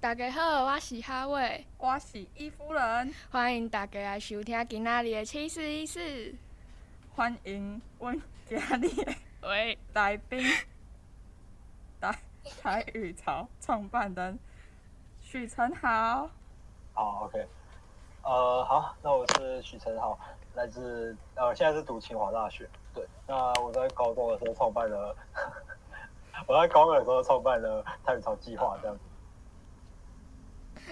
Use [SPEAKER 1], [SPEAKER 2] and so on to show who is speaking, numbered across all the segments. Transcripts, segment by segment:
[SPEAKER 1] 大家好，我是哈伟，
[SPEAKER 2] 我是伊夫人，
[SPEAKER 1] 欢迎大家来收听今仔日的七四一四。
[SPEAKER 2] 欢迎阮今日的
[SPEAKER 1] 喂，
[SPEAKER 2] 来 宾，台台语潮创办人许晨豪。
[SPEAKER 3] 好，OK，呃，好，那我是许晨浩，来自呃，现在是读清华大学。对，那我在高中的时候创办了， 我在高二的时候创办了泰语潮计划，这样子。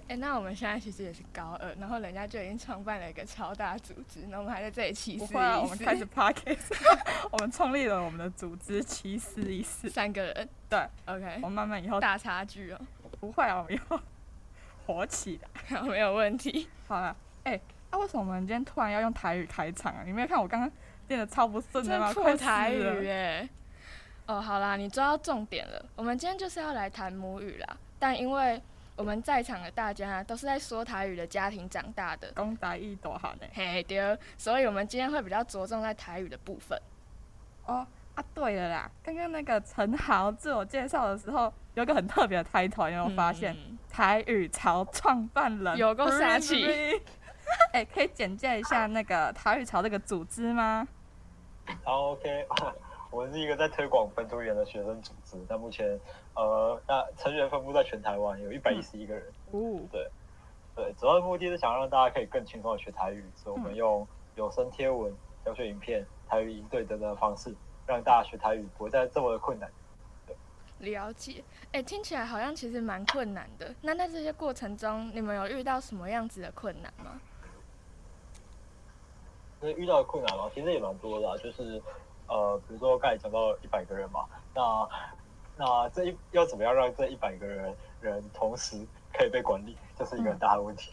[SPEAKER 1] 哎、那我们现在其实也是高二，然后人家就已经创办了一个超大组织，那我们还在这里七四
[SPEAKER 2] 不
[SPEAKER 1] 一四，
[SPEAKER 2] 会啊，我们开始 podcast，我 们创立了我们的组织七四一四。
[SPEAKER 1] 三个人
[SPEAKER 2] 对，
[SPEAKER 1] ，OK，
[SPEAKER 2] 我们慢慢以后
[SPEAKER 1] 大差距哦，
[SPEAKER 2] 不会啊，我们以后火起来。
[SPEAKER 1] 好没有问题。
[SPEAKER 2] 好了，哎、啊，为什么我们今天突然要用台语开场啊？你没有看我刚刚练的超不顺的吗？
[SPEAKER 1] 这
[SPEAKER 2] 啊快
[SPEAKER 1] 破
[SPEAKER 2] 死
[SPEAKER 1] 台
[SPEAKER 2] 了
[SPEAKER 1] 语哎。哦，好啦，你抓到重点了。我们今天就是要来谈母语啦，但因为我们在场的大家都是在说台语的家庭长大的，
[SPEAKER 2] 讲台语多好呢。
[SPEAKER 1] 嘿对，所以我们今天会比较着重在台语的部分。
[SPEAKER 2] 哦啊，对了啦，刚刚那个陈豪自我介绍的时候，有一个很特别的 title，你有没有发现？
[SPEAKER 1] 嗯
[SPEAKER 2] 台语潮创办人，
[SPEAKER 1] 有够傻气
[SPEAKER 2] 哎、可以简介一下那个台语潮这个组织吗？
[SPEAKER 3] 好，OK，我 们是一个在推广本土语言的学生组织。那目前呃，那成员分布在全台湾，有一百一十一个人。
[SPEAKER 2] 哦，
[SPEAKER 3] 对，主要的目的是想让大家可以更轻松的学台语，所以我们用有声贴文、教学影片、台语应对等等的方式，让大家学台语不会再这么的困难。
[SPEAKER 1] 了解，哎、听起来好像其实蛮困难的。那在这些过程中，你们有遇到什么样子的困难吗？
[SPEAKER 3] 那遇到的困难嘛，其实也蛮多的啊、就是呃，比如说刚才讲到一百个人嘛，那那这一要怎么样让这一百个人人同时可以被管理，这是一个很大的问题。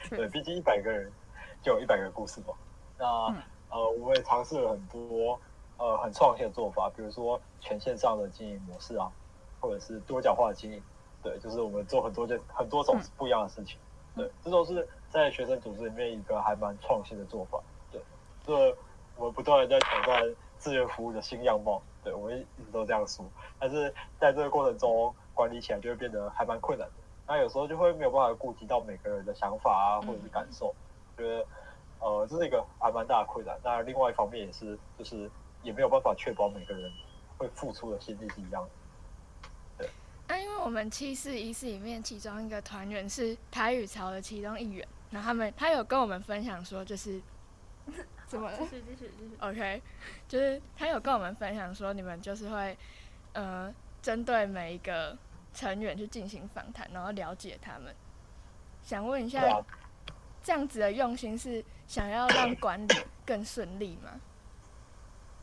[SPEAKER 2] 确
[SPEAKER 3] 对，
[SPEAKER 2] 实
[SPEAKER 3] 毕竟一百个人就有一百个故事嘛。那、
[SPEAKER 2] 嗯
[SPEAKER 3] 呃，我也尝试了很多呃很创新的做法，比如说全线上的经营模式啊，或者是多角化经营。对，就是我们做很多件很多种不一样的事情。对，这都是在学生组织里面一个还蛮创新的做法。对，这我们不断的在挑战志愿服务的新样貌。对，我们一直都这样说，但是在这个过程中管理起来就会变得还蛮困难的。那有时候就会没有办法顾及到每个人的想法啊，
[SPEAKER 1] 嗯
[SPEAKER 3] 或者是感受，觉得呃这是一个还蛮大的困难。那另外一方面也是，就是也没有办法确保每个人会付出的心力是一样的。
[SPEAKER 1] 那、啊因为我们七四一四里面其中一个团员是台语潮的其中一员，然后他们他有跟我们分享说，就是 怎么了
[SPEAKER 2] 续继续继续。
[SPEAKER 1] OK，就是他有跟我们分享说，你们就是会呃针对每一个成员去进行访谈，然后了解他们。想问一
[SPEAKER 3] 对啊
[SPEAKER 1] 下，，这样子的用心是想要让管理更顺利吗？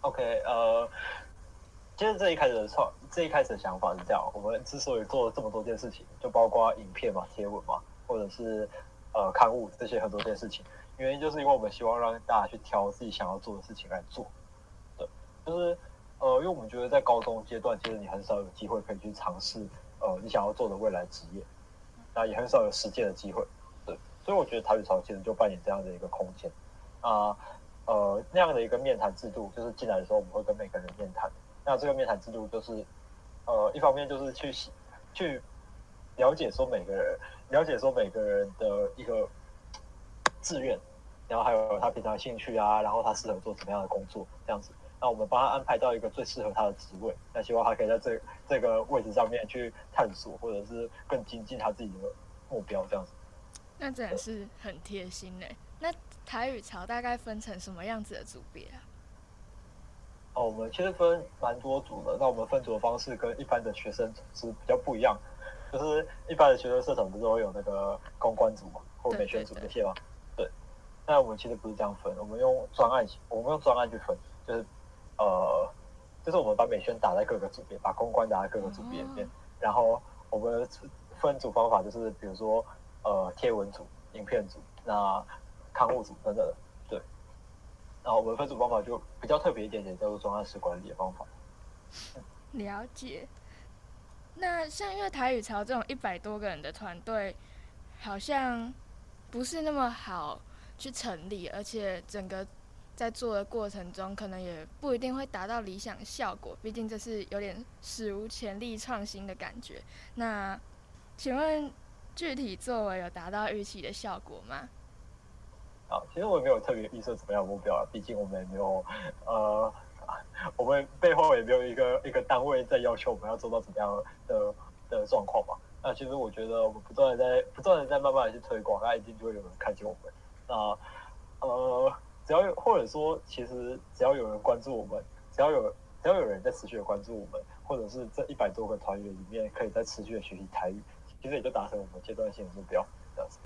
[SPEAKER 3] OK，呃，其实这一开始的创，这一开始的想法是这样：我们之所以做了这么多件事情，就包括影片嘛、贴文嘛，或者是呃刊物这些很多件事情，原因就是因为我们希望让大家去挑自己想要做的事情来做。对，就是呃，因为我们觉得在高中阶段，其实你很少有机会可以去尝试呃你想要做的未来职业，那也很少有实践的机会。对，所以我觉得台语潮其实就扮演这样的一个空间啊。呃那样的一个面谈制度，就是进来的时候我们会跟每个人面谈。那这个面谈制度就是，呃，一方面就是去去了解说每个人，了解说每个人的一个志愿，然后还有他平常兴趣啊，然后他适合做什么样的工作这样子。那我们帮他安排到一个最适合他的职位，那希望他可以在这这个位置上面去探索，或者是更精进他自己的目标这样子。
[SPEAKER 1] 那真的是很贴心呢、那台语潮大概分成什么样子的组别啊？
[SPEAKER 3] 哦，我们其实分蛮多组的。那我们分组的方式跟一般的学生组织比较不一样，就是一般的学生社团不是会有那个公关组嘛，或美宣组
[SPEAKER 1] 对对
[SPEAKER 3] 那些嘛。对。那我们其实不是这样分，我们用专案，我们用专案去分，就是呃，就是我们把美宣打在各个组别，把公关打在各个组别里面，
[SPEAKER 1] 哦
[SPEAKER 3] 然后我们分组方法就是比如说呃贴文组、影片组、那刊物组等等的。然后我们分组方法就比较特别一点点，叫做专案式管理的方法。
[SPEAKER 1] 了解。那像因为台语潮这种一百多个人的团队，好像不是那么好去成立，而且整个在做的过程中，可能也不一定会达到理想效果，毕竟这是有点史无前例创新的感觉。那请问，具体作为有达到预期的效果吗？
[SPEAKER 3] 啊，其实我也没有特别预设怎么样的目标啊，毕竟我们也没有呃，我们背后也没有一个一个单位在要求我们要做到怎么样的的状况嘛。那其实我觉得我们不断的在不断的在慢慢的去推广，那一定就会有人看见我们。那呃，只要有或者说，其实只要有人关注我们，只要有只要有人在持续的关注我们，或者是这一百多个团员里面可以在持续的学习台语，其实也就达成我们阶段性的目标。这样子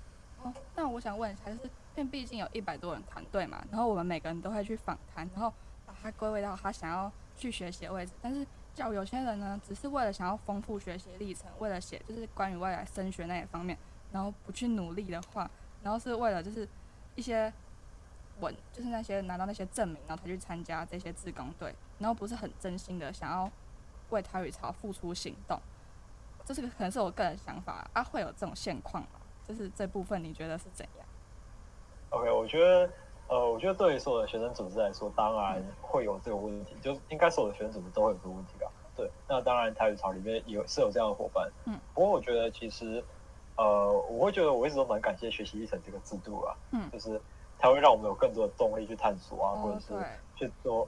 [SPEAKER 2] 哦，那我想问一下，就是因为毕竟有一百多人团队嘛，然后我们每个人都会去访谈，然后把它归位到他想要去学习的位置。但是像有些人呢，只是为了想要丰富学习历程，为了写就是关于未来升学那一方面，然后不去努力的话，然后是为了就是一些文，就是那些拿到那些证明，然后才去参加这些志工队，然后不是很真心的想要为台语潮付出行动。这是个可能是我个人想法啊，会有这种现况吗？就是这部分你觉得是怎样？
[SPEAKER 3] OK，我觉得，呃，我觉得对于所有的学生组织来说，当然会有这个问题，就是应该所有的学生组织都会有这个问题吧？对，那当然，台语潮里面有是有这样的伙伴，
[SPEAKER 2] 嗯，
[SPEAKER 3] 不过我觉得其实，呃，我会觉得我一直都蛮感谢学习历程这个制度啊，
[SPEAKER 2] 嗯
[SPEAKER 3] 就是它会让我们有更多的动力去探索啊，或者
[SPEAKER 2] 哦，
[SPEAKER 3] 是
[SPEAKER 2] 对，
[SPEAKER 3] 去做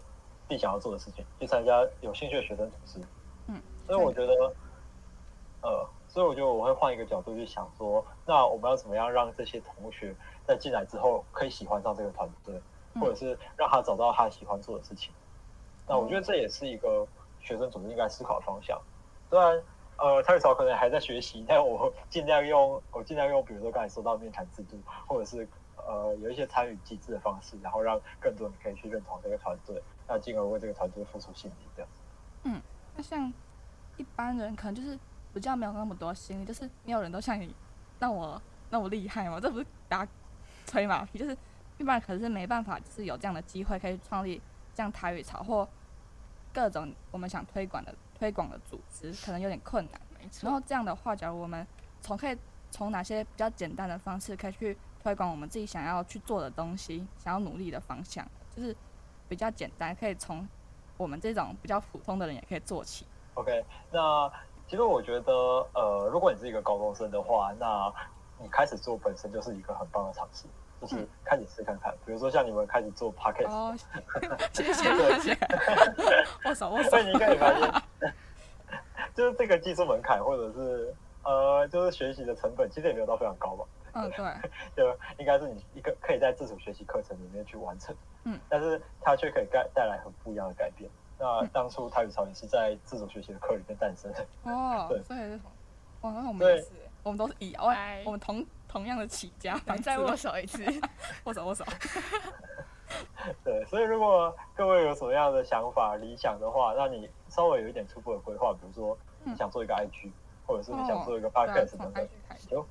[SPEAKER 3] 自己想要做的事情，去参加有兴趣的学生组织。
[SPEAKER 2] 嗯，
[SPEAKER 3] 所以我觉得，呃，所以我觉得我会换一个角度去想说，那我们要怎么样让这些同学在进来之后可以喜欢上这个团队，
[SPEAKER 2] 嗯
[SPEAKER 3] 或者是让他找到他喜欢做的事情。那我觉得这也是一个学生组织应该思考的方向。虽然呃，蔡宇潮可能还在学习，但我尽量用我尽量用，比如说刚才说到面谈制度，或者是呃有一些参与机制的方式，然后让更多人可以去认同这个团队，那进而为这个团队付出心力这样。
[SPEAKER 2] 那像一般人可能就是比较没有那么多心力，就是没有人都像你让我让我厉害嘛，这不是打吹马屁，就是一般人可能是没办法，就是有这样的机会可以创立这样台语潮或各种我们想推广的推广的组织，可能有点困难。
[SPEAKER 1] 没
[SPEAKER 2] 然
[SPEAKER 1] 错，
[SPEAKER 2] 后这样的话，假如我们从可以从哪些比较简单的方式，可以去推广我们自己想要去做的东西，想要努力的方向，就是比较简单，可以从我们这种比较普通的人也可以做起。
[SPEAKER 3] OK，那其实我觉得呃，如果你是一个高中生的话，那你开始做本身就是一个很棒的尝试，就是开始试看看。比如说像你们开始做 p o c k e t
[SPEAKER 2] 嗯 哦，谢谢谢谢，握手握手
[SPEAKER 3] 所以。你应该也发现， 就是这个技术门槛或者是呃，就是学习的成本其实也没有到非常高吧，
[SPEAKER 2] 嗯，对，
[SPEAKER 3] 就应该是你一个可以在自主学习课程里面去完成，
[SPEAKER 2] 嗯，
[SPEAKER 3] 但是它却可以带带来很不一样的改变。那当初台语潮也是在自主学习的课里面诞生的，
[SPEAKER 2] 哦
[SPEAKER 3] 对，
[SPEAKER 2] 所以是哇，那我们也是，我们都是以哦
[SPEAKER 1] 拜，
[SPEAKER 2] 我们同同样的起家，
[SPEAKER 1] 我们 再握手一次。
[SPEAKER 2] 握手握手。
[SPEAKER 3] 对，所以如果各位有什么样的想法、理想的话，那你稍微有一点初步的规划，比如说你想做一个 IG，、或者是你想做一个
[SPEAKER 2] 嗯对啊，
[SPEAKER 3] podcast
[SPEAKER 2] 从
[SPEAKER 3] 等
[SPEAKER 2] IG
[SPEAKER 3] 等，
[SPEAKER 2] 开始，
[SPEAKER 3] 就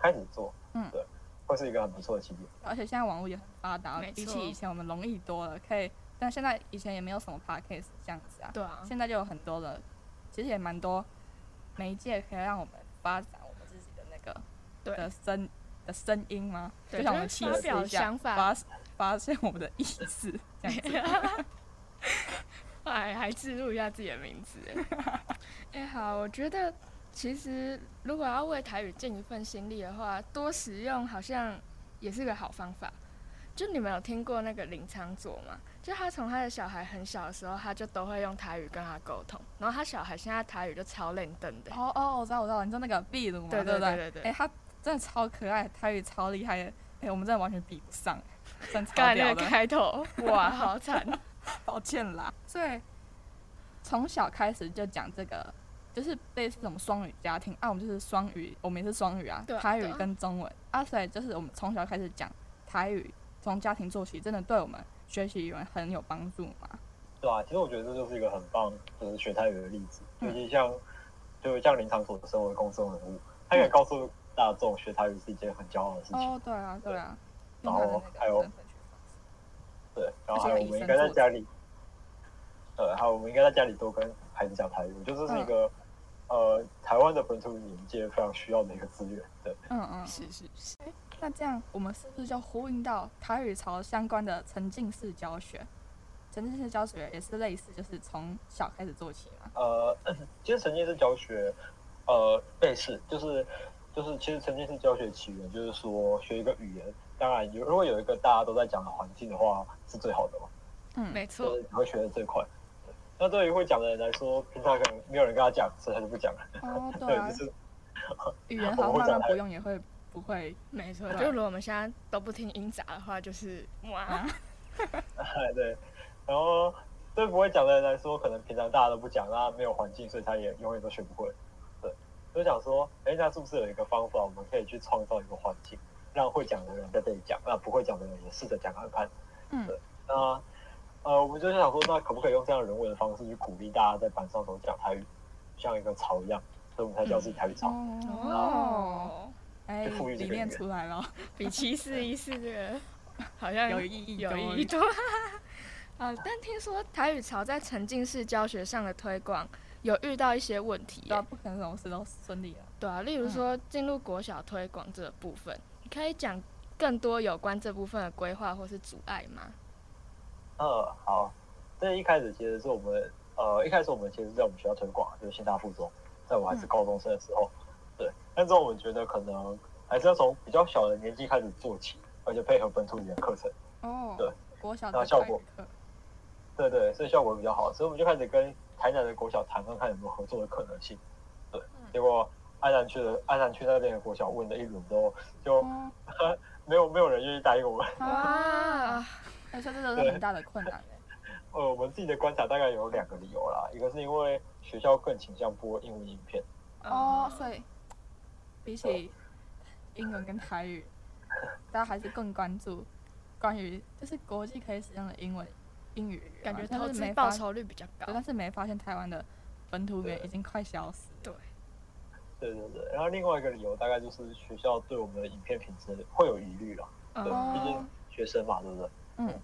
[SPEAKER 3] 开始做，
[SPEAKER 2] 嗯
[SPEAKER 3] 对，会是一个很不错的起点。
[SPEAKER 2] 而且现在网络也很发达
[SPEAKER 1] 没，
[SPEAKER 2] 比
[SPEAKER 1] 错
[SPEAKER 2] 起以前我们容易多了，可以。但现在以前也没有什么 podcast 这样子啊，
[SPEAKER 1] 对 啊，
[SPEAKER 2] 现在就有很多的，其实也蛮多媒介可以让我们发展我们自己的那个
[SPEAKER 1] 对
[SPEAKER 2] 的声的声音吗？
[SPEAKER 1] 对
[SPEAKER 2] 就像我们气
[SPEAKER 1] 就是发
[SPEAKER 2] 质
[SPEAKER 1] 表
[SPEAKER 2] 一样
[SPEAKER 1] 想法
[SPEAKER 2] 发发现我们的意思，这样子。
[SPEAKER 1] 还还记录一下自己的名字。 哎、好，我觉得其实如果要为台语尽一份心力的话，多使用好像也是个好方法。就你们有听过那个林昌佐吗？就他从他的小孩很小的时候，他就都会用台语跟他沟通，然后他小孩现在台语就超练登的。
[SPEAKER 2] 哦哦，我知道，我知道，你知道那个壁炉吗？
[SPEAKER 1] 对对
[SPEAKER 2] 对不
[SPEAKER 1] 对对对
[SPEAKER 2] 哎、他真的超可爱，台语超厉害的，哎、我们真的完全比不上，真的超
[SPEAKER 1] 刚才那
[SPEAKER 2] 屌
[SPEAKER 1] 个
[SPEAKER 2] 的，
[SPEAKER 1] 开 头，哇，好惨！
[SPEAKER 2] 抱歉啦。所以从小开始就讲这个，就是类似什么双语家庭啊，我们就是双语，我们也是双语啊
[SPEAKER 1] 对，啊
[SPEAKER 2] 台
[SPEAKER 1] 对
[SPEAKER 2] 语
[SPEAKER 1] 啊
[SPEAKER 2] 跟中文啊，所以就是我们从小开始讲台语，从家庭做起，真的对我们学习语文很有帮助嘛。
[SPEAKER 3] 对啊，其实我觉得这就是一个很棒，就是学泰语的例子。
[SPEAKER 2] 嗯
[SPEAKER 3] 尤其像，就像林场所身为公众人物，他也告诉大众学泰语是一件很骄傲的事情。
[SPEAKER 2] 嗯哦，对啊，对啊，
[SPEAKER 3] 然
[SPEAKER 2] 用
[SPEAKER 3] 后
[SPEAKER 2] 他的那个
[SPEAKER 3] 哦还有
[SPEAKER 2] 身份去发声
[SPEAKER 3] 对，然
[SPEAKER 2] 而
[SPEAKER 3] 后
[SPEAKER 2] 且
[SPEAKER 3] 还有
[SPEAKER 2] 可以
[SPEAKER 3] 我们应
[SPEAKER 2] 深
[SPEAKER 3] 该在
[SPEAKER 2] 做
[SPEAKER 3] 家里，呃，还有我们应该在家里多跟孩子讲泰语。我觉得这
[SPEAKER 2] 嗯
[SPEAKER 3] 是一个、呃台湾的本土语言界非常需要的一个资源。对，
[SPEAKER 2] 嗯嗯，
[SPEAKER 1] 是是是，
[SPEAKER 2] 那这样，我们是不是就呼应到台语潮相关的沉浸式教学？沉浸式教学也是类似，就是从小开始做起嘛。
[SPEAKER 3] 呃，其实沉浸式教学，呃，类似就是就是其实沉浸式教学起源就是说学一个语言，当然有如果有一个大家都在讲的环境的话是最好的嘛，
[SPEAKER 2] 嗯，
[SPEAKER 1] 没
[SPEAKER 3] 就
[SPEAKER 1] 错
[SPEAKER 3] 是，你会学的最快。那对于会讲的人来说，平常可能没有人跟他讲，所以他就不讲了。
[SPEAKER 2] 哦，对
[SPEAKER 3] 对，
[SPEAKER 2] 啊
[SPEAKER 3] 就，是
[SPEAKER 2] 语言好像
[SPEAKER 3] 我
[SPEAKER 2] 慢
[SPEAKER 3] 讲
[SPEAKER 2] 慢
[SPEAKER 3] 台
[SPEAKER 2] 不用也会不会，
[SPEAKER 1] 没错。
[SPEAKER 2] 对
[SPEAKER 1] 就如果我们现在都不听音杂的话，就是哇，
[SPEAKER 3] 哎对，然后对不会讲的人来说，可能平常大家都不讲，那没有环境，所以他也永远都学不会。对，就想说，哎，那是不是有一个方法，我们可以去创造一个环境，让会讲的人在这里讲，那不会讲的人也试着讲看看。
[SPEAKER 2] 嗯
[SPEAKER 3] 那呃，我们就想说，那可不可以用这样人为的方式去鼓励大家在班上都讲台语，像一个潮一样，所以我们才叫自己台语潮。
[SPEAKER 2] 哦，
[SPEAKER 1] 哦，
[SPEAKER 2] 哎，
[SPEAKER 3] 就赋予这
[SPEAKER 2] 理
[SPEAKER 3] 个
[SPEAKER 2] 念
[SPEAKER 3] 语言
[SPEAKER 2] 出来了，
[SPEAKER 1] 比七四一四这个好像
[SPEAKER 2] 有意义，
[SPEAKER 1] 哎有意义 多。啊，但听说台语潮在沉浸式教学上的推广有遇到一些问题耶
[SPEAKER 2] 对啊，不可能什么事都顺利了。
[SPEAKER 1] 对啊，例如说进入国小推广这部分，你可以讲更多有关这部分的规划或是阻碍吗？
[SPEAKER 3] 嗯，好，这一开始其实是我们呃一开始我们其实在我们学校推广，就是新大附中，在我还是高中生的时候，对。但是我们觉得可能还是要从比较小的年纪开始做起，而且配合本土语言课程，
[SPEAKER 2] 哦，
[SPEAKER 3] 对，
[SPEAKER 2] 国小
[SPEAKER 3] 那
[SPEAKER 2] 的
[SPEAKER 3] 效
[SPEAKER 2] 快
[SPEAKER 3] 果
[SPEAKER 2] 课，
[SPEAKER 3] 对对，所以效果比较好。所以我们就开始跟台南的国小谈看看有没有合作的可能性，对。结果安南区的安南区那边的国小问了一轮之后，就
[SPEAKER 2] 哦，
[SPEAKER 3] 没有没有人愿意答应我们。
[SPEAKER 2] 啊，，哎，所以这都是很大的困难欸耶
[SPEAKER 3] 呃，我们自己的观察大概有两个理由啦，一个是因为学校更倾向播英文影片。
[SPEAKER 1] 嗯
[SPEAKER 2] 哦，
[SPEAKER 1] 以
[SPEAKER 2] 所以比起英文跟台语，大家还是更关注关于就是国际可以使用的英文英语语言
[SPEAKER 1] 感
[SPEAKER 2] 嘛
[SPEAKER 1] 觉
[SPEAKER 2] 但
[SPEAKER 1] 投
[SPEAKER 2] 是
[SPEAKER 1] 资
[SPEAKER 2] 没
[SPEAKER 1] 报
[SPEAKER 2] 发
[SPEAKER 1] 酬率比较
[SPEAKER 2] 对
[SPEAKER 1] 高。
[SPEAKER 2] 但是没发现台湾的本土语言已经快消失了。
[SPEAKER 3] 对对对，然后另外一个理由大概就是学校对我们的影片品质会有疑虑了，对，毕
[SPEAKER 1] 哦，
[SPEAKER 3] 竟学生嘛，对不对？
[SPEAKER 2] 嗯，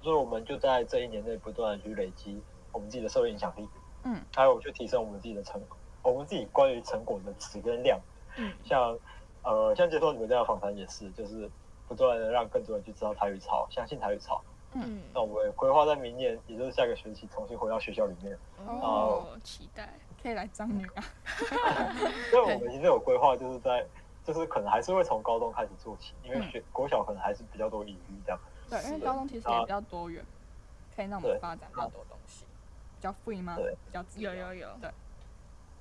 [SPEAKER 3] 所以我们就在这一年内不断的去累积我们自己的社会影响力，
[SPEAKER 2] 嗯，
[SPEAKER 3] 还有去提升我们自己的成果，我们自己关于成果的质跟量，
[SPEAKER 1] 嗯，
[SPEAKER 3] 像呃，像接受你们这样的访谈也是，就是不断的让更多人去知道台语潮，相信台语潮。
[SPEAKER 1] 嗯，
[SPEAKER 3] 那我们规划在明年，也就是下个学期重新回到学校里面，
[SPEAKER 1] 哦，期待。
[SPEAKER 2] 可以来张女啊，
[SPEAKER 3] 因为我们其实有规划，就是在就是可能还是会从高中开始做起，因为学、国小可能还是比较多隐喻这样。
[SPEAKER 2] 对，因为
[SPEAKER 3] 是
[SPEAKER 2] 高中其实也比较多元，可以让我们
[SPEAKER 3] 对
[SPEAKER 2] 发展比较多东西，比较 free 吗？
[SPEAKER 3] 对
[SPEAKER 2] 比较自由
[SPEAKER 1] 有。有有，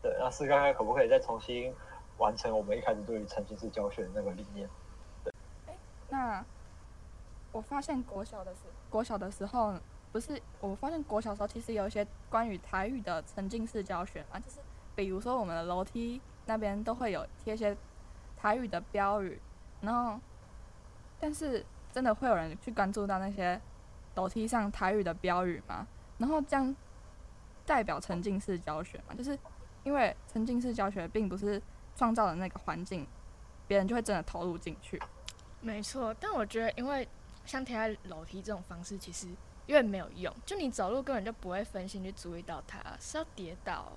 [SPEAKER 3] 对，那试看看可不可以再重新完成我们一开始对于沉浸式教学的那个理念。
[SPEAKER 2] 那我发现国小的时国小的时候，不是我发现国小的时候其实有一些关于台语的沉浸式教学嘛，就是比如说我们的楼梯那边都会有贴一些台语的标语，然后但是真的会有人去关注到那些楼梯上台语的标语吗？然后这样代表沉浸式教学嘛，就是因为沉浸式教学并不是创造的那个环境，别人就会真的投入进去。
[SPEAKER 1] 没错。但我觉得，因为像贴在楼梯这种方式，其实因为没有用，就你走路根本就不会分心去注意到它，是要跌倒。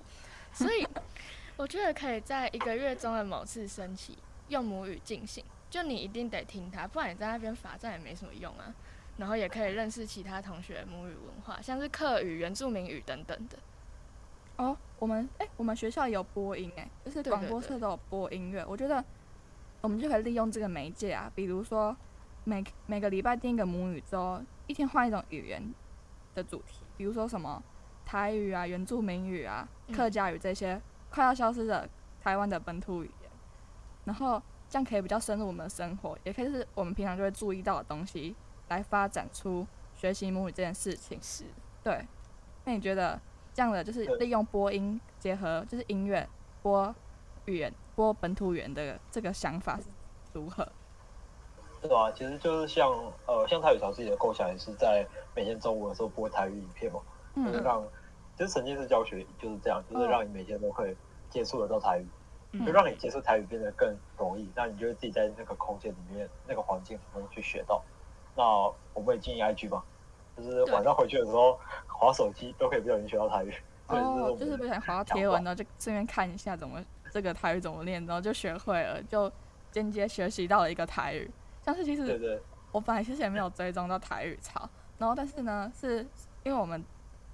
[SPEAKER 1] 所 以我觉得可以在一个月中的某次升旗，用母语进行，就你一定得听它，不然你在那边罚站也没什么用啊。然后也可以认识其他同学的母语文化，像是客语、原住民语等等的。
[SPEAKER 2] 哦，我们哎、我们学校有播音哎、就是
[SPEAKER 1] 对
[SPEAKER 2] 广
[SPEAKER 1] 对
[SPEAKER 2] 播
[SPEAKER 1] 对
[SPEAKER 2] 社都有播音乐。我觉得我们就可以利用这个媒介啊，比如说每每个礼拜定一个母语周，一天换一种语言的主题，比如说什么台语啊、原住民语啊、
[SPEAKER 1] 嗯
[SPEAKER 2] 客家语这些快要消失的台湾的本土语言，然后这样可以比较深入我们的生活，也可以是我们平常就会注意到的东西，来发展出学习母语这件事情。
[SPEAKER 1] 是，
[SPEAKER 2] 对，那你觉得这样的就是
[SPEAKER 3] 对
[SPEAKER 2] 利用播音结合，就是音乐播语言播本土语言的这个想法是如何？
[SPEAKER 3] 对啊，其实就是像呃，像台语潮自己的构想也是在每天中午的时候播台语影片嘛，就是
[SPEAKER 2] 嗯，
[SPEAKER 3] 让就是沉浸式教学就是这样，就是
[SPEAKER 2] 嗯
[SPEAKER 3] 让你每天都可以接触得到台语，
[SPEAKER 1] 嗯
[SPEAKER 3] 就让你接触台语变得更容易，那你就会自己在那个空间里面、那个环境里面去学到。那我们也经营 IG 嘛，就是
[SPEAKER 1] 对
[SPEAKER 3] 晚上回去的时候划手机都可以不小心学到台语，所以
[SPEAKER 2] 哦，
[SPEAKER 3] 这
[SPEAKER 2] 就是
[SPEAKER 3] 我
[SPEAKER 2] 是
[SPEAKER 3] 们
[SPEAKER 2] 不想滑到贴文，然后啊就顺便看一下怎么这个台语怎么念，然后就学会了，就间接学习到了一个台语。但是其实
[SPEAKER 3] 对对
[SPEAKER 2] 我本来其实也没有追踪到台语潮，然后但是呢，是因为我们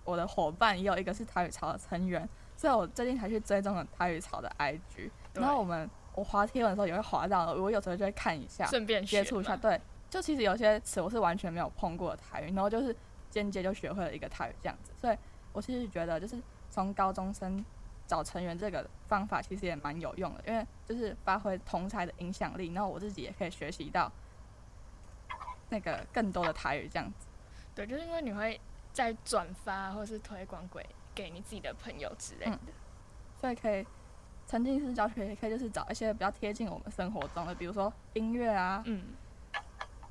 [SPEAKER 2] 我的伙伴也有一个是台语潮的成员，所以我最近才去追踪了台语潮的 IG。
[SPEAKER 1] 对
[SPEAKER 2] 然后我们我滑贴文的时候也会滑到，我有时候就会看一下，
[SPEAKER 1] 顺便
[SPEAKER 2] 啊
[SPEAKER 1] 学
[SPEAKER 2] 接触一下。
[SPEAKER 1] 嘛
[SPEAKER 2] 对，就其实有些词我是完全没有碰过的台语，然后就是间接就学会了一个台语这样子。所以我其实觉得，就是从高中生找成员这个方法其实也蛮有用的，因为就是发挥同才的影响力，然后我自己也可以学习到那个更多的台语这样子。
[SPEAKER 1] 对，就是因为你会再转发或是推广给给你自己的朋友之类的。
[SPEAKER 2] 所以可以沉浸式教学也可以就是找一些比较贴近我们生活中的，比如说音乐啊、
[SPEAKER 1] 嗯，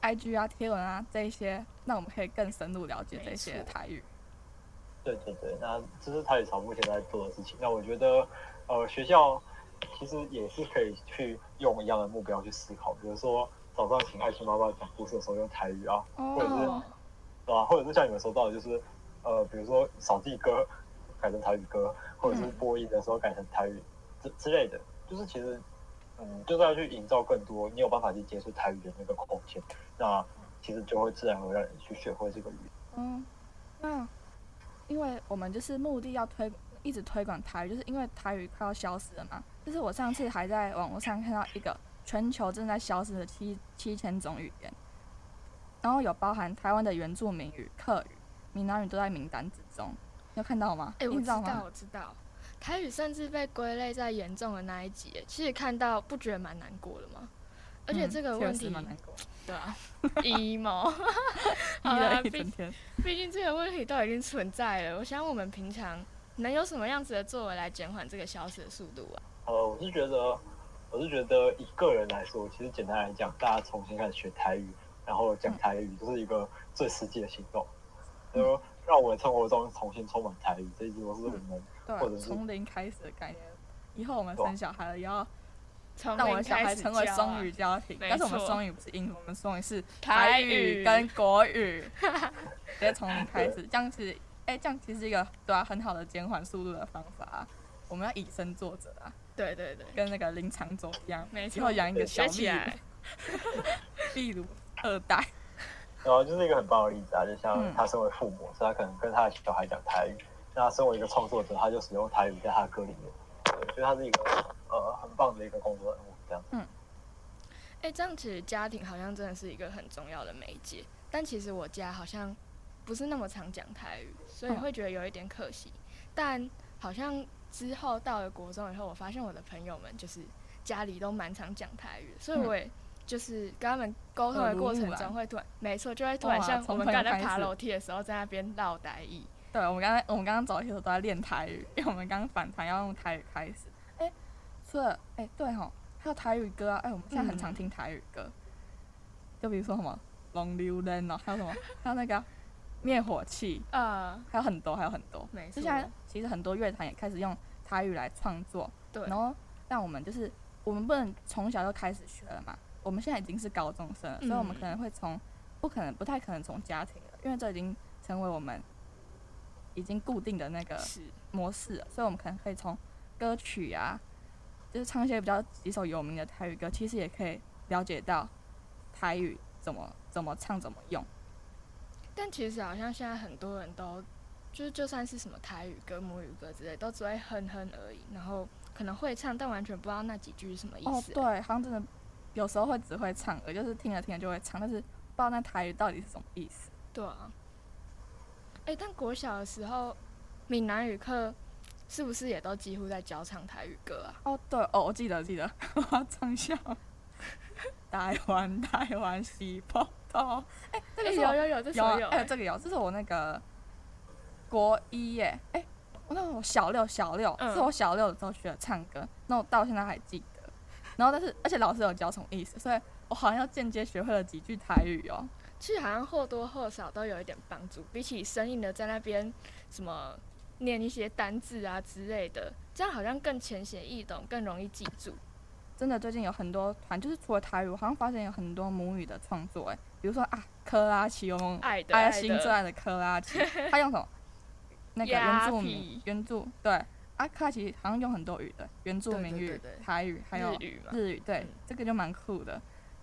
[SPEAKER 2] IG 啊、贴文啊这一些，那我们可以更深入了解
[SPEAKER 1] 没
[SPEAKER 2] 这些
[SPEAKER 1] 错
[SPEAKER 2] 台语。
[SPEAKER 3] 对对对，那这是台语潮目前在做的事情。那我觉得，呃，学校其实也是可以去用一样的目标去思考，比如说早上请爱心妈妈讲故事的时候用台语啊，对
[SPEAKER 1] 嗯
[SPEAKER 3] 就是
[SPEAKER 2] 哦，
[SPEAKER 3] 对吧？或者是像你们说到的，就是呃，比如说扫地歌改成台语歌，或者是播音的时候改成台语之之类的，就是其实嗯，就是要去营造更多你有办法去接触台语的那个空间，那其实就会自然而然地去学会这个语言。
[SPEAKER 2] 嗯，那因为我们就是目的要推一直推广台语，就是因为台语快要消失了嘛。就是我上次还在网络上看到一个全球正在消失的七七千种语言，然后有包含台湾的原住民语、客语、闽南语都在名单之中。你有看到吗？
[SPEAKER 1] 哎、我
[SPEAKER 2] 你
[SPEAKER 1] 知道，
[SPEAKER 2] 吗？
[SPEAKER 1] 我知道，台语甚至被归类在严重的那一级耶。其实看到不觉得蛮难过的吗？而且
[SPEAKER 2] 嗯
[SPEAKER 1] 这个
[SPEAKER 2] 确
[SPEAKER 1] 问
[SPEAKER 2] 实
[SPEAKER 1] 题，
[SPEAKER 2] 蛮难过
[SPEAKER 1] 对啊，emo，好
[SPEAKER 2] 的，
[SPEAKER 1] 啦
[SPEAKER 2] 了一
[SPEAKER 1] 毕
[SPEAKER 2] 整天。
[SPEAKER 1] 毕竟这个问题都已经存在了。我想我们平常能有什么样子的作为来减缓这个消失的速度啊？
[SPEAKER 3] 呃，我是觉得，我是觉得以个人来说，其实简单来讲，大家重新开始学台语，然后讲台语，就是一个最实际的行动，就让我的生活中重新充满台语，这一直都是我们
[SPEAKER 2] 对啊
[SPEAKER 3] 或者，是
[SPEAKER 2] 从零开始的概念。以后我们
[SPEAKER 3] 对啊
[SPEAKER 2] 生小孩了，也要
[SPEAKER 1] 从
[SPEAKER 2] 让
[SPEAKER 1] 零
[SPEAKER 2] 我们小孩
[SPEAKER 1] 开始
[SPEAKER 2] 成为
[SPEAKER 1] 教啊
[SPEAKER 2] 双语家庭，
[SPEAKER 1] 没
[SPEAKER 2] 但是我们
[SPEAKER 1] 错
[SPEAKER 2] 双语不是英语，我们双语是
[SPEAKER 1] 台
[SPEAKER 2] 语
[SPEAKER 1] 语
[SPEAKER 2] 跟国语， 直接从零开始，这样子，哎、这样其实是一个对啊很好的减缓速度的方法啊、我们要以身作则啊，
[SPEAKER 1] 对对对，
[SPEAKER 2] 跟那个林长洲一样，
[SPEAKER 1] 没
[SPEAKER 2] 以后
[SPEAKER 1] 错，
[SPEAKER 2] 养一个小
[SPEAKER 1] 学
[SPEAKER 2] 秘
[SPEAKER 1] 起
[SPEAKER 2] 鲁，
[SPEAKER 1] 来。
[SPEAKER 2] 秘鲁二代，
[SPEAKER 3] 然后就是一个很棒的例子啊，就像
[SPEAKER 2] 嗯
[SPEAKER 3] 他身为父母，所以他可能跟他的小孩讲台语，那他身为一个创作者，他就使用台语在他的歌里面，我觉得他是一个呃很棒的一个工作人物，这样。
[SPEAKER 1] 哎、这样其实家庭好像真的是一个很重要的媒介，但其实我家好像不是那么常讲台语，所以
[SPEAKER 2] 嗯
[SPEAKER 1] 会觉得有一点可惜。但好像之后到了国中以后，我发现我的朋友们就是家里都蛮常讲台语的，所以
[SPEAKER 2] 嗯
[SPEAKER 1] 我也就是跟他们沟通
[SPEAKER 2] 耳
[SPEAKER 1] 的
[SPEAKER 2] 濡
[SPEAKER 1] 过
[SPEAKER 2] 目
[SPEAKER 1] 程
[SPEAKER 2] 染
[SPEAKER 1] 中会突然，没错，就会突然
[SPEAKER 2] 哇
[SPEAKER 1] 像我
[SPEAKER 2] 从
[SPEAKER 1] 们
[SPEAKER 2] 朋友
[SPEAKER 1] 刚才在
[SPEAKER 2] 开
[SPEAKER 1] 爬
[SPEAKER 2] 始
[SPEAKER 1] 楼梯的时候，在那边唠台语。
[SPEAKER 2] 对，我们刚才我们刚刚走的时候都在练台语，因为我们刚刚反弹要用台语开始。哎、除了哎、对吼，还有台语歌啊，哎、我们现在很常
[SPEAKER 1] 嗯
[SPEAKER 2] 听台语歌，就比如说什么《龙溜人》哦，还有什么，还有那个啊、灭火器，
[SPEAKER 1] 呃，
[SPEAKER 2] 还有很多，还有很多。
[SPEAKER 1] 没
[SPEAKER 2] 就
[SPEAKER 1] 错
[SPEAKER 2] 现，在其实很多乐团也开始用台语来创作，
[SPEAKER 1] 对
[SPEAKER 2] 然，后让我们就是我们不能从小就开始学了嘛，我们现在已经是高中生了，所以我们
[SPEAKER 1] 嗯
[SPEAKER 2] 可能会从不可能不太可能从家庭了，因为这已经成为我们已经固定的那个
[SPEAKER 1] 是
[SPEAKER 2] 模式了，所以我们可能可以从歌曲啊，就是唱一些比较几首有名的台语歌，其实也可以了解到台语怎么怎么唱怎么用。
[SPEAKER 1] 但其实好像现在很多人都，就是就算是什么台语歌、母语歌之类，都只会哼哼而已，然后可能会唱，但完全不知道那几句是什么意
[SPEAKER 2] 哦，
[SPEAKER 1] 思。
[SPEAKER 2] 对，好像真的有时候会只会唱歌，就是听着听着就会唱，但是不知道那台语到底是什么意思。
[SPEAKER 1] 对啊。哎、但国小的时候，闽南语课是不是也都几乎在教唱台语歌啊？
[SPEAKER 2] 哦，对哦，我记得记得，我要唱笑。台湾台湾是波头，哎、这
[SPEAKER 1] 哎、
[SPEAKER 2] 个是
[SPEAKER 1] 有
[SPEAKER 2] 我
[SPEAKER 1] 有有，这
[SPEAKER 2] 有
[SPEAKER 1] 首
[SPEAKER 2] 啊
[SPEAKER 1] 有、
[SPEAKER 2] 哎、
[SPEAKER 1] 哎
[SPEAKER 2] 这个有，这是我那个国一耶，哎、我那时候小六小六，
[SPEAKER 1] 嗯
[SPEAKER 2] 是我小六的时候学的唱歌，那我到现在还记得。然后但是而且老师有教什么意思，所以我好像又间接学会了几句台语哦。
[SPEAKER 1] 其实好像或多或少都有一点帮助，比起生硬的在那边什么念一些单字啊之类的，这样好像更浅显易懂，更容易记住。
[SPEAKER 2] 真的最近有很多团，就是除了台语，我好像发现有很多母语的创作，哎，比如说啊，科拉奇，我们
[SPEAKER 1] 爱的
[SPEAKER 2] 嗯爱
[SPEAKER 1] 爱
[SPEAKER 2] 心最
[SPEAKER 1] 的，
[SPEAKER 2] 爱的科拉奇，他用 什么？那个
[SPEAKER 1] 鸭
[SPEAKER 2] 原住民
[SPEAKER 1] 皮
[SPEAKER 2] 原住对，啊，科拉奇好像用很多语的，原住
[SPEAKER 1] 对
[SPEAKER 2] 民
[SPEAKER 1] 对
[SPEAKER 2] 语、
[SPEAKER 1] 对对
[SPEAKER 2] 台语还有
[SPEAKER 1] 日语嘛，
[SPEAKER 2] 日语，对，
[SPEAKER 1] 嗯
[SPEAKER 2] 这个就蛮酷的。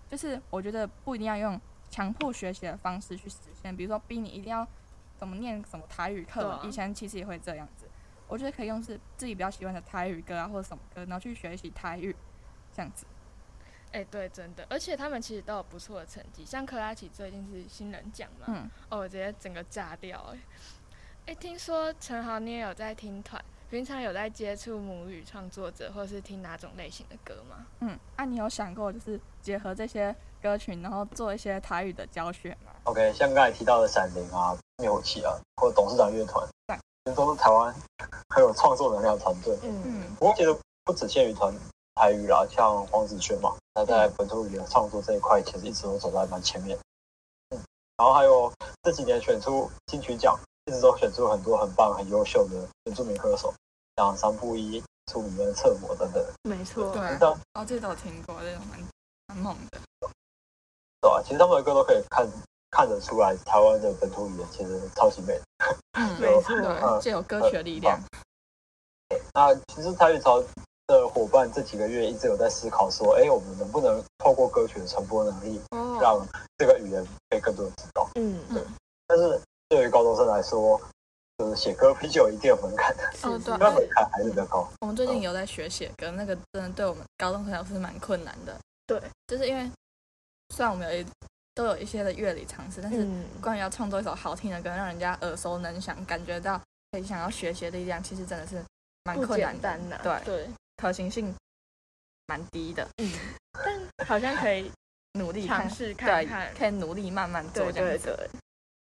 [SPEAKER 2] 就是我觉得不一定要用强迫学习的方式去实现，比如说逼你一定要怎么念什么台语课文，
[SPEAKER 1] 对啊
[SPEAKER 2] 以前其实也会这样子。我觉得可以用是自己比较喜欢的台语歌啊，或者什么歌，然后去学习台语，这样子。
[SPEAKER 1] 哎、对，真的，而且他们其实都有不错的成绩，像克拉奇最近是新人奖嘛，
[SPEAKER 2] 嗯，
[SPEAKER 1] 哦，我直接整个炸掉哎、哎、听说陈豪你也有在听团，平常有在接触母语创作者，或是听哪种类型的歌吗？
[SPEAKER 2] 嗯，啊，你有想过就是结合这些歌曲，然后做一些台语的教学吗？
[SPEAKER 3] OK，像刚才提到的闪灵啊、灭火器啊，或者董事长乐团，都是台湾很有创作能量的团队。
[SPEAKER 1] 嗯，
[SPEAKER 2] 嗯，
[SPEAKER 3] 我觉得不只限于团台语啦，像黄子轩嘛，他在本土语言创作这一块其实一直都走在蛮前面。嗯，然后还有这几年选出金曲奖，一直都选出很多很棒、很优秀的原住民歌手，像三步一、出名的侧模等等，
[SPEAKER 1] 没错
[SPEAKER 2] 对，
[SPEAKER 3] 像
[SPEAKER 2] 哦，这都有听过，这种蛮蛮猛的。
[SPEAKER 3] 对吧、其实他们的歌都可以看看得出来，台湾的本土语言其实超级美的。
[SPEAKER 2] 嗯
[SPEAKER 3] 没错
[SPEAKER 2] 对，借有歌曲的力量。
[SPEAKER 3] 那其实台语潮的伙伴这几个月一直有在思考说，哎，我们能不能透过歌曲的传播能力，
[SPEAKER 2] 哦
[SPEAKER 3] 让这个语言被更多人知道？
[SPEAKER 4] 嗯，
[SPEAKER 3] 但是对于高中生来说，就是写歌啤酒一定有门槛的，
[SPEAKER 2] 哦，对
[SPEAKER 3] 因为门槛还是比较高。
[SPEAKER 2] 我们最近有在学写歌，那个真的对我们高中朋友是蛮困难的。
[SPEAKER 4] 对，
[SPEAKER 2] 就是因为虽然我们有一都有一些的乐理常识，但是
[SPEAKER 4] 嗯，
[SPEAKER 2] 关于要创作一首好听的歌，让人家耳熟能详，感觉到可以想要学习的力量，其实真的是蛮
[SPEAKER 4] 不
[SPEAKER 2] 困难
[SPEAKER 4] 简
[SPEAKER 2] 的。
[SPEAKER 4] 单呐，
[SPEAKER 2] 对，
[SPEAKER 4] 对，
[SPEAKER 2] 可行性蛮低的，
[SPEAKER 1] 好像可以
[SPEAKER 2] 努力
[SPEAKER 1] 尝
[SPEAKER 2] 看，
[SPEAKER 1] 试看
[SPEAKER 2] 对
[SPEAKER 1] 看，。
[SPEAKER 2] 可以努力慢慢做
[SPEAKER 4] 对
[SPEAKER 2] 这样
[SPEAKER 4] 对
[SPEAKER 2] 子。
[SPEAKER 4] 对。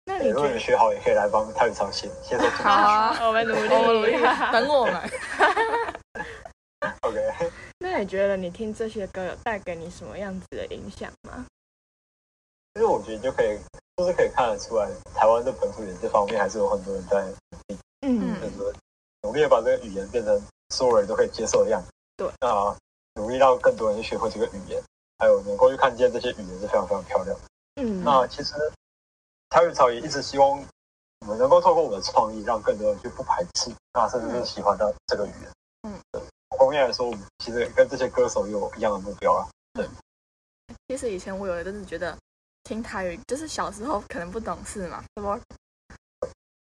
[SPEAKER 4] 那
[SPEAKER 3] 对
[SPEAKER 4] 你
[SPEAKER 3] 如
[SPEAKER 4] 觉
[SPEAKER 3] 果你
[SPEAKER 4] 得
[SPEAKER 3] 学哎好，也可以来帮台语潮写写首歌。
[SPEAKER 2] 好啊，
[SPEAKER 1] 我们努力，
[SPEAKER 2] 我努力，
[SPEAKER 1] 啊
[SPEAKER 2] 等我们。
[SPEAKER 3] OK，
[SPEAKER 4] 那你觉得你听这些歌有带给你什么样子的影响吗？
[SPEAKER 3] 其实我觉得就可以，就是可以看得出来，台湾的本土语言这方面还是有很多人在
[SPEAKER 4] 嗯
[SPEAKER 3] 很多努力地把这个语言变成所有人都可以接受的样子。
[SPEAKER 4] 对，
[SPEAKER 3] 那努力让更多人去学会这个语言，还有能够去看见这些语言是非常非常漂亮的。
[SPEAKER 4] 嗯
[SPEAKER 3] 那其实台语潮也一直希望我们能够透过我们的创意，让更多人去不排斥，那甚至是喜欢到这个语言。
[SPEAKER 2] 嗯
[SPEAKER 3] 对，方面来说，我们其实跟这些歌手有一样的目标啊啦。
[SPEAKER 2] 其实以前我有一阵子觉得听台语，就是小时候可能不懂事嘛，什么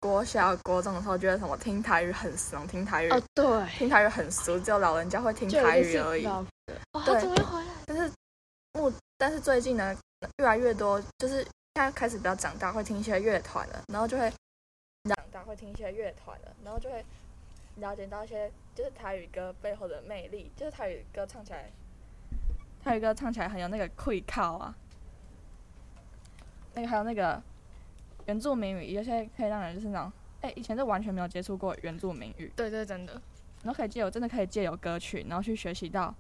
[SPEAKER 2] 国小、国中的时候觉得什么听台语很怂，听台语、
[SPEAKER 1] 哦，对，
[SPEAKER 2] 听台语很俗，只有老人家会听
[SPEAKER 1] 就
[SPEAKER 2] 台
[SPEAKER 1] 一
[SPEAKER 2] 语
[SPEAKER 1] 定
[SPEAKER 2] 而
[SPEAKER 1] 是
[SPEAKER 2] 已。
[SPEAKER 1] 老哦，
[SPEAKER 2] 对
[SPEAKER 1] 他怎么又回来？
[SPEAKER 2] 但是目但是最近呢，越来越多就是现在开始比较长大，会听一些乐团了，然后就会长大会听一些乐团了，然后就会了解到一些就是台语歌背后的魅力，就是台语歌唱起来，台语歌唱起来很有那个愧靠啊，那个还有那个原住民语，有些可以让人就是那种。哎、以前是完全没有接触过原住民语，
[SPEAKER 1] 对对，真的，
[SPEAKER 2] 然后可以借由真的可以借由歌曲，然后去学习到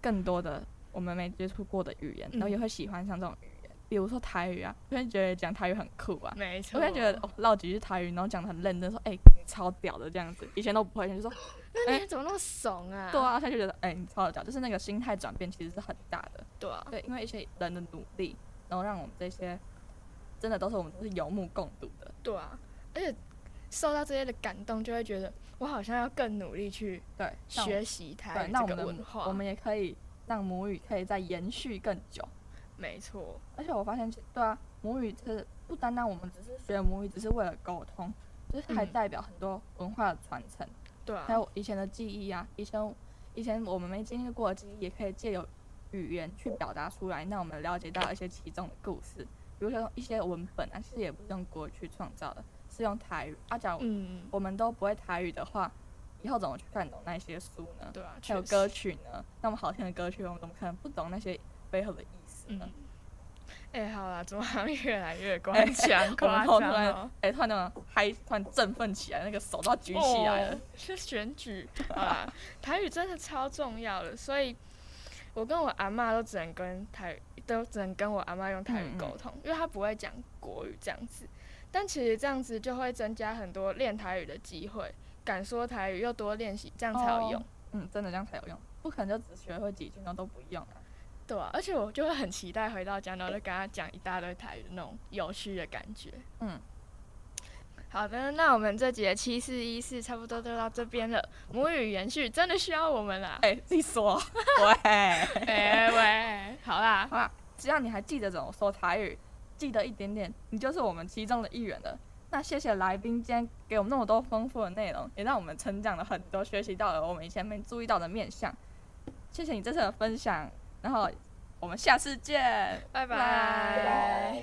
[SPEAKER 2] 更多的我们没接触过的语言，
[SPEAKER 1] 嗯
[SPEAKER 2] 然后也会喜欢上这种语言，比如说台语啊，我会觉得讲台语很酷啊，
[SPEAKER 1] 没错。
[SPEAKER 2] 我会觉得哦唠几句台语，然后讲的很认真，说哎、你超屌的这样子，以前都不会，以
[SPEAKER 1] 啊
[SPEAKER 2] 前就说
[SPEAKER 1] 那你怎么那么怂啊？
[SPEAKER 2] 对啊，现在就觉得哎、你超屌，就是那个心态转变其实是很大的，
[SPEAKER 1] 对啊，
[SPEAKER 2] 对，因为一些人的努力，然后让我们这些真的都是我们都是有目共睹的，
[SPEAKER 1] 对啊，而且受到这些的感动，就会觉得我好像要更努力去
[SPEAKER 2] 对，那我们
[SPEAKER 1] 学习台
[SPEAKER 2] 对，
[SPEAKER 1] 语
[SPEAKER 2] 那我
[SPEAKER 1] 这
[SPEAKER 2] 们
[SPEAKER 1] 个
[SPEAKER 2] 的
[SPEAKER 1] 文化。
[SPEAKER 2] 我们也可以让母语可以再延续更久。
[SPEAKER 1] 没错，
[SPEAKER 2] 而且我发现其，对啊，母语是不单单我们只是学母语，只是为了沟通，就是还
[SPEAKER 1] 嗯
[SPEAKER 2] 代表很多文化的传承，
[SPEAKER 1] 对啊
[SPEAKER 2] 还，有以前的记忆啊，以前以前我们没经历过的记忆，也可以借由语言去表达出来，让我们了解到一些其中的故事，比如说一些文本啊，其实也不是用国语去创造的，是用台语。啊，假如
[SPEAKER 1] 嗯，
[SPEAKER 2] 我们都不会台语的话，以后怎么去看懂那些书呢？
[SPEAKER 1] 对啊，
[SPEAKER 2] 还有
[SPEAKER 1] 确实
[SPEAKER 2] 歌曲呢，那么好听的歌曲，我们怎么可能不懂那些背后的意思呢？
[SPEAKER 1] 嗯，哎、好啦，怎么好像越来 越官腔
[SPEAKER 2] 哎我们
[SPEAKER 1] 夸
[SPEAKER 2] 后
[SPEAKER 1] 张
[SPEAKER 2] 突然
[SPEAKER 1] 哦？
[SPEAKER 2] 哎、突然那种嗨，突然振奋起来，那个手都要举起来了。
[SPEAKER 1] 哦是选举，好啦，台语真的超重要的，所以我跟我阿妈都只能跟台语，都只能跟我阿妈用台
[SPEAKER 2] 嗯
[SPEAKER 1] 语
[SPEAKER 2] 嗯
[SPEAKER 1] 沟通，因为她不会讲国语这样子。但其实这样子就会增加很多练台语的机会，敢说台语又多练习，这样才有用。
[SPEAKER 2] 嗯，真的这样才有用，不可能就只学会几句，然后都不用、啊。
[SPEAKER 1] 对啊，而且我就会很期待回到家，然后就跟他讲一大堆台语的那种有趣的感觉。
[SPEAKER 2] 嗯，。
[SPEAKER 1] 好的，那我们这节七四一四差不多就到这边了。母语延续真的需要我们啦
[SPEAKER 2] 哎、自己说。喂，
[SPEAKER 1] 哎、喂，好啦，
[SPEAKER 2] 好啦， 只要你还记得怎么说台语，记得一点点，你就是我们其中的一员了。那谢谢来宾今天给我们那么多丰富的内容，也让我们成长了很多，学习到了我们以前没注意到的面相。谢谢你这次的分享，然后我们下次见。
[SPEAKER 1] 拜
[SPEAKER 2] 拜
[SPEAKER 1] 拜。